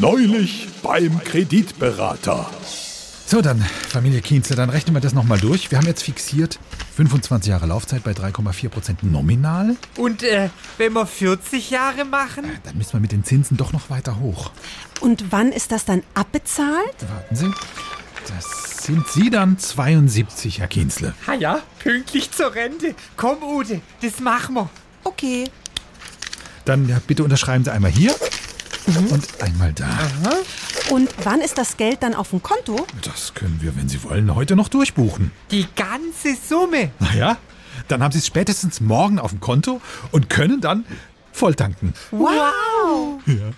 Neulich beim Kreditberater. So, dann, Familie Kienzle, dann rechnen wir das nochmal durch. Wir haben jetzt fixiert 25 Jahre Laufzeit bei 3,4% nominal. Und äh, wenn wir 40 Jahre machen? Dann müssen wir mit den Zinsen doch noch weiter hoch. Und wann ist das dann abbezahlt? Warten Sie. Das sind Sie dann 72, Herr Kienzle. Ha Ah ja, pünktlich zur Rente. Komm, Ute, das machen wir. Okay. Dann ja, bitte unterschreiben Sie einmal hier und einmal da. Und wann ist das Geld dann auf dem Konto? Das können wir, wenn Sie wollen, heute noch durchbuchen. Die ganze Summe. Naja, dann haben Sie es spätestens morgen auf dem Konto und können dann volltanken. Wow! Ja.